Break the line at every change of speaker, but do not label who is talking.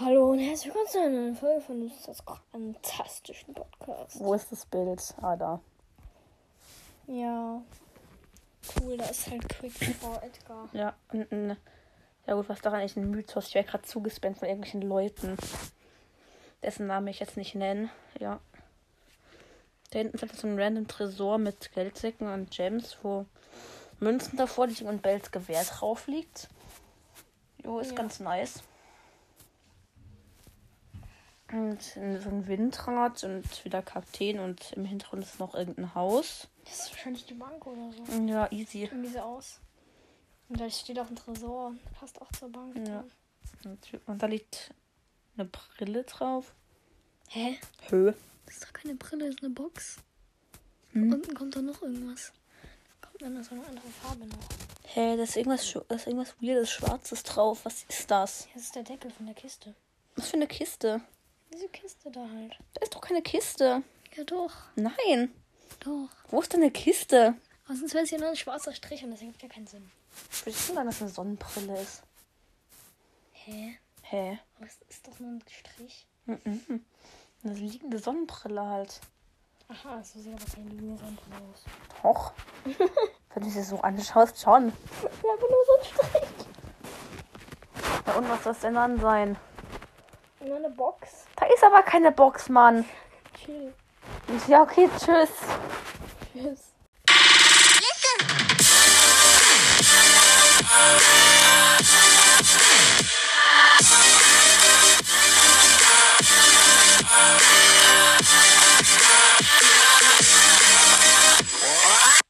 herzlich willkommen zu einer neuen Folge von Lucias fantastischen Podcast.
Wo ist das Bild? Ah, da.
Ja. Cool, da ist halt Quick vor Edgar.
Ja, und ein- ja gut, was daran eigentlich ein Mythos? Ich werde gerade zugespannt von irgendwelchen Leuten, dessen Namen ich jetzt nicht nenne. Ja. Da hinten ist einfach so ein random Tresor mit Geldsäcken und Gems, wo Münzen davor liegen und Bells Gewehr drauf liegt. Jo, ist
Ja.
ganz nice. Und so ein Windrad und wieder Kakteen und im Hintergrund ist noch irgendein Haus.
Das ist wahrscheinlich die Bank oder so.
Ja, easy.
Irgendwie so aus. Und da steht auch ein Tresor. Passt auch zur Bank.
Ja.
dann.
Und da liegt eine Brille drauf.
Hä?
Hö.
Das ist doch keine Brille, das ist eine Box.
Hm?
Unten kommt doch noch irgendwas. Kommt dann noch so eine andere Farbe noch.
Hä, da ist irgendwas, schw- da ist irgendwas weirdes Schwarzes drauf. Was ist das?
Das ist der Deckel von der Kiste.
Was für eine Kiste?
Diese Kiste da halt.
Da ist doch keine Kiste.
Ja doch,
Nein.
doch.
Wo ist denn eine Kiste?
Aber sonst wäre es hier nur ein schwarzer Strich und das ergibt ja keinen Sinn.
Ich würde schon sagen, dass eine Sonnenbrille ist.
Hä?
Hä?
Aber es ist doch nur ein Strich.
Mhm. Eine liegende Sonnenbrille halt.
Aha, so sieht aber kein Linienrand aus.
Och. Wenn du sie so anschaust, schon.
Ja, aber nur so ein Strich.
Ja, und was soll es denn dann sein?
Nur eine Box.
Da ist aber keine Box, Mann.
Chill.
Ja, okay, tschüss.
Tschüss.